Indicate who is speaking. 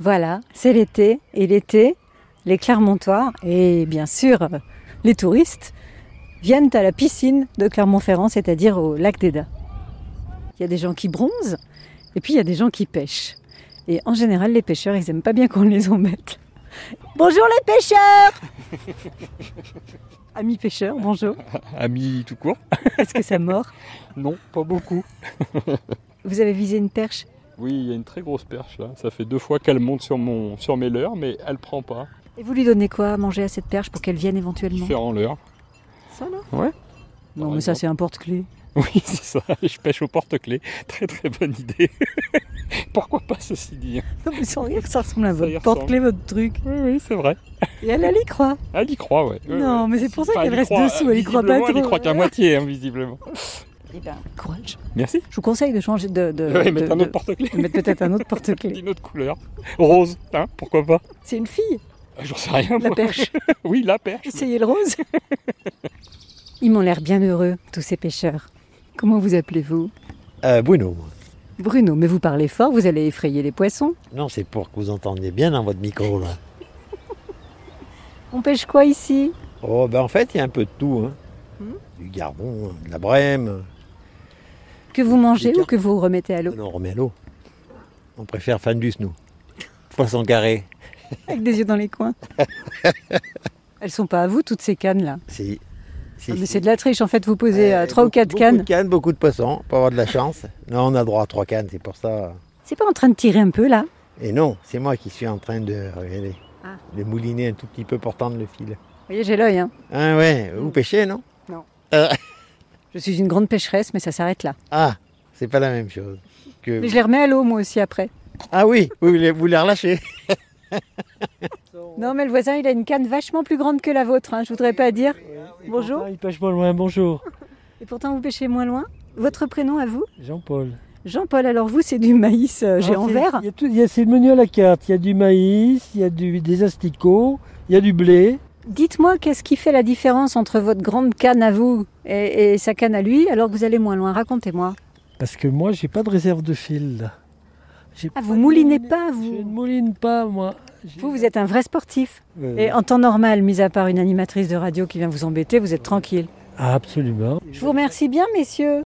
Speaker 1: Voilà, c'est l'été, et l'été, les Clermontois, et bien sûr les touristes, viennent à la piscine de Clermont-Ferrand, c'est-à-dire au lac d'Eda. Il y a des gens qui bronzent, et puis il y a des gens qui pêchent. Et en général, les pêcheurs, ils n'aiment pas bien qu'on les embête. Bonjour les pêcheurs Amis pêcheurs, bonjour.
Speaker 2: Amis tout court
Speaker 1: Est-ce que ça mord
Speaker 2: Non, pas beaucoup.
Speaker 1: Vous avez visé une perche
Speaker 2: Oui, il y a une très grosse perche là. Ça fait deux fois qu'elle monte sur, mon, sur mes leurres, mais elle prend pas.
Speaker 1: Et vous lui donnez quoi à manger à cette perche pour qu'elle vienne éventuellement
Speaker 2: Différents leurres.
Speaker 1: Ça là
Speaker 2: Ouais.
Speaker 1: Non,
Speaker 2: Par
Speaker 1: mais ça
Speaker 2: exemple.
Speaker 1: c'est un porte-clé.
Speaker 2: Oui, c'est ça. Je pêche au porte-clés. Très très bonne idée. Pourquoi pas ceci dit hein.
Speaker 1: Vous sentez que ça ressemble à
Speaker 2: Ça y
Speaker 1: votre
Speaker 2: ressemble.
Speaker 1: porte-clé, votre truc.
Speaker 2: Oui, oui, c'est vrai.
Speaker 1: Et elle, elle y croit.
Speaker 2: Elle y croit, ouais. Ouais,
Speaker 1: Non,
Speaker 2: ouais.
Speaker 1: mais c'est pour ça
Speaker 2: Enfin,
Speaker 1: qu'elle
Speaker 2: y
Speaker 1: reste
Speaker 2: croit,
Speaker 1: dessous, elle y croit pas
Speaker 2: visiblement, Elle y
Speaker 1: trop.
Speaker 2: croit qu'à moitié, hein, visiblement.
Speaker 1: Eh ben, courage.
Speaker 2: Merci.
Speaker 1: Je vous conseille de changer de. de,
Speaker 3: Euh,
Speaker 2: Ouais,
Speaker 1: de-
Speaker 2: mettre un
Speaker 1: de-
Speaker 2: autre porte-clés.
Speaker 1: de mettre peut-être un autre porte-clé.
Speaker 2: D'une autre couleur. Rose, hein, pourquoi pas
Speaker 1: C'est une fille,
Speaker 2: J'en sais rien.
Speaker 1: la
Speaker 2: moi.
Speaker 1: perche.
Speaker 2: Oui, la perche.
Speaker 1: Essayez le rose. Ils m'ont l'air bien heureux, tous ces pêcheurs. Comment vous appelez-vous
Speaker 4: Euh, Bruno, moi.
Speaker 1: Bruno, mais vous parlez fort, vous allez effrayer les poissons.
Speaker 4: non, c'est pour que vous entendiez bien dans votre micro là.
Speaker 1: On pêche quoi ici
Speaker 4: Oh, ben en fait, il y a un peu de tout. Hein.
Speaker 1: Hmm.
Speaker 4: Du garbon, de la brème.
Speaker 1: Que vous mangez
Speaker 4: Des
Speaker 1: ou que vous remettez à l'eau
Speaker 4: Non, on remet à l'eau. On préfère Fandus, nous. Poisson carré.
Speaker 1: Avec des yeux dans les coins. Elles sont pas à vous, toutes ces cannes-là.
Speaker 4: Si. si,
Speaker 1: Ah, mais
Speaker 4: si.
Speaker 1: c'est de la triche, en fait, vous posez
Speaker 4: Eh,
Speaker 1: 3 ou
Speaker 4: beaucoup-
Speaker 1: 4
Speaker 4: beaucoup
Speaker 1: cannes.
Speaker 4: de cannes, beaucoup de poissons, pour avoir de la chance. Non, on a droit à trois cannes, c'est pour ça.
Speaker 1: C'est pas en train de tirer un peu, là
Speaker 4: Et non, c'est moi qui suis en train de, regardez,
Speaker 1: Ah.
Speaker 4: de mouliner un tout petit peu pour tendre le fil.
Speaker 1: Vous voyez, j'ai l'œil, hein.
Speaker 4: Ah ouais, vous
Speaker 1: Hmm.
Speaker 4: pêchez, non
Speaker 1: Je suis une grande pêcheresse, mais ça s'arrête là.
Speaker 4: Ah, c'est pas la même chose. Que...
Speaker 1: Mais je les remets à l'eau, moi aussi, après.
Speaker 4: Ah oui, vous les, vous les relâchez.
Speaker 1: Non, mais le voisin, il a une canne vachement plus grande que la vôtre, hein, je voudrais pas dire. Bonjour.
Speaker 3: Ah, il pêche pas loin, bonjour.
Speaker 1: Et pourtant, vous pêchez moins loin. Votre prénom à vous
Speaker 3: Jean-Paul.
Speaker 1: Jean-Paul, alors vous, c'est du maïs euh, géant
Speaker 3: Alors, c'est-
Speaker 1: vert
Speaker 3: il y a tout- il y a- C'est le menu à la carte. Il y a du maïs, il y a du, des asticots, il y a du blé.
Speaker 1: Dites-moi, qu'est-ce qui fait la différence entre votre grande canne à vous et, et sa canne à lui, alors que vous allez moins loin Racontez-moi.
Speaker 3: Parce que moi, j'ai pas de réserve de fil. là. J'ai
Speaker 1: Ah,
Speaker 3: pas
Speaker 1: vous
Speaker 3: de
Speaker 1: moulinez
Speaker 3: moulinet.
Speaker 1: pas,
Speaker 3: Je ne
Speaker 1: vous
Speaker 3: mouline pas, moi. J'ai-
Speaker 1: Vous, vous êtes un vrai sportif.
Speaker 3: Euh,
Speaker 1: Et en temps normal, mis à part une animatrice de radio qui vient vous embêter, vous êtes tranquille.
Speaker 3: ah, absolument.
Speaker 1: Je vous remercie bien, messieurs.